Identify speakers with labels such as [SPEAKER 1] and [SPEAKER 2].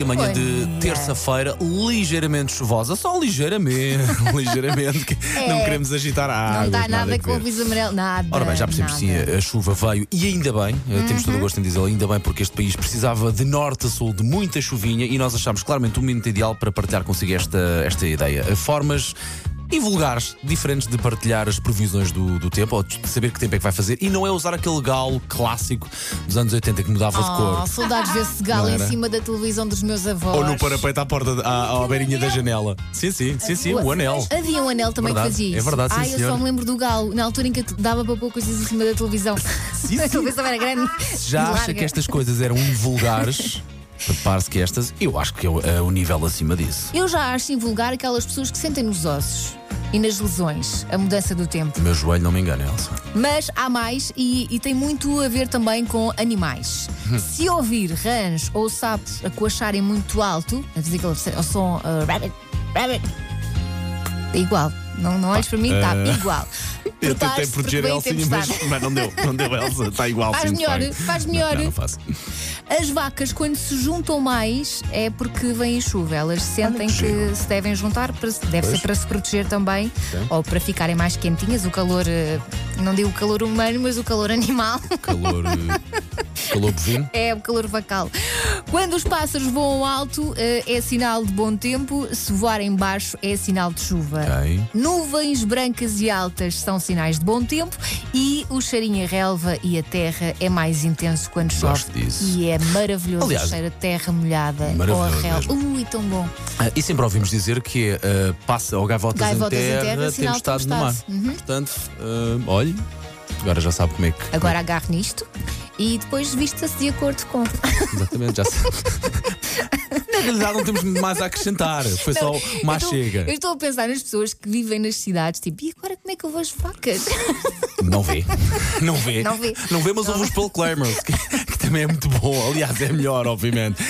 [SPEAKER 1] E Manhã
[SPEAKER 2] Bom
[SPEAKER 1] de
[SPEAKER 2] dia.
[SPEAKER 1] terça-feira, ligeiramente chuvosa, só ligeiramente, ligeiramente, que não queremos agitar a água.
[SPEAKER 2] É. Não está
[SPEAKER 1] tem
[SPEAKER 2] nada,
[SPEAKER 1] a
[SPEAKER 2] com o
[SPEAKER 1] ver.
[SPEAKER 2] aviso amarelo, nada.
[SPEAKER 1] Ora bem, já percebemos
[SPEAKER 2] nada. Uhum.
[SPEAKER 1] sim, é a a chuva veio e ainda bem, eh, temos todo o gosto em dizer ainda bem, porque este país precisava de norte a sul de muita chuvinha e nós achámos claramente o momento ideal para partilhar consigo esta, esta ideia. Eh, Formas e vulgares diferentes de partilhar as previsões do, do tempo ou de saber que tempo é que vai fazer e não é usar aquele galo clássico dos anos 80 que mudava de
[SPEAKER 2] Oh,
[SPEAKER 1] cor.
[SPEAKER 2] saudades desse galo
[SPEAKER 1] Não
[SPEAKER 2] em
[SPEAKER 1] era?
[SPEAKER 2] cima da televisão dos meus avós.
[SPEAKER 1] Ou no parapeito à porta, de- à, à beirinha da janela. Sim, sim, sim, sim, o anel.
[SPEAKER 2] Havia um anel também
[SPEAKER 1] Verdade,
[SPEAKER 2] que fazia
[SPEAKER 1] é
[SPEAKER 2] isso.
[SPEAKER 1] verdade, sim,
[SPEAKER 2] Ai, eu
[SPEAKER 1] senhora.
[SPEAKER 2] só me lembro do galo, na altura em que dava para pôr coisas em cima da televisão.
[SPEAKER 1] Sim,
[SPEAKER 2] a
[SPEAKER 1] sim.
[SPEAKER 2] televisão era grande.
[SPEAKER 1] Se já acha
[SPEAKER 2] larga.
[SPEAKER 1] que estas coisas eram vulgares, prepare-se que estas, eu acho que é o, é o nível acima disso.
[SPEAKER 2] Eu já acho invulgar aquelas pessoas que sentem nos ossos e nas lesões a mudança do tempo.
[SPEAKER 1] O meu joelho não me engana, Elsa.
[SPEAKER 2] Mas há mais e, e tem muito a ver também com animais. Se ouvir rãs ou sapos a coacharem muito alto, a dizer que eles o som ah, rabbit, rabbit, é igual. Não, não olhes para mim, está
[SPEAKER 1] eh,
[SPEAKER 2] igual. Prepare-se, tudo bem, tempestade.
[SPEAKER 1] não deu, não deu, Elsa. Está igual,
[SPEAKER 2] Faz melhor, faz melhor.
[SPEAKER 1] Não, não faço.
[SPEAKER 2] As vacas, quando se juntam mais, é porque vem a chuva. Elas sentem
[SPEAKER 1] que
[SPEAKER 2] que,
[SPEAKER 1] giro.
[SPEAKER 2] se devem juntar, para, se- deve
[SPEAKER 1] Pois.
[SPEAKER 2] ser para se proteger também, ou para ficarem mais quentinhas. O calor, eh, não digo o calor humano, mas o calor animal.
[SPEAKER 1] Calor. eh, Calor bovino.
[SPEAKER 2] É o calor vacal. Quando os pássaros voam alto, eh, é sinal de bom tempo. Se voarem baixo, é sinal de chuva.
[SPEAKER 1] Ok.
[SPEAKER 2] Nuvens brancas e altas são sinais de bom tempo e o cheirinho a relva e a terra é mais intenso quando chove.
[SPEAKER 1] Gosto disso.
[SPEAKER 2] E é maravilhoso
[SPEAKER 1] Aliás,
[SPEAKER 2] o cheiro a terra molhada ou a
[SPEAKER 1] maravilhoso
[SPEAKER 2] relva. Ui, tão bom.
[SPEAKER 1] Ah, e sempre ouvimos dizer que é ah, passa ou gaivotas,
[SPEAKER 2] Gaivotas
[SPEAKER 1] em
[SPEAKER 2] em
[SPEAKER 1] terra,
[SPEAKER 2] terra, sinal de
[SPEAKER 1] tempestade no mar.
[SPEAKER 2] tempestade. Uhum.
[SPEAKER 1] Portanto, ah, olhe, agora já sabe como é que.
[SPEAKER 2] Agora agarre nisto e depois vista-se de acordo com.
[SPEAKER 1] Exatamente, já sei. Na realidade, não temos mais a acrescentar. Foi só mais
[SPEAKER 2] eu estou-
[SPEAKER 1] chega.
[SPEAKER 2] Então, Eu estou a pensar nas pessoas que vivem nas cidades, tipo, e agora como é que eu vou às vacas?
[SPEAKER 1] Não vê. Não vê.
[SPEAKER 2] Não vê.
[SPEAKER 1] Não vê, mas ouve os Paul Clamers, que, que também é muito bom. Aliás, é melhor, obviamente.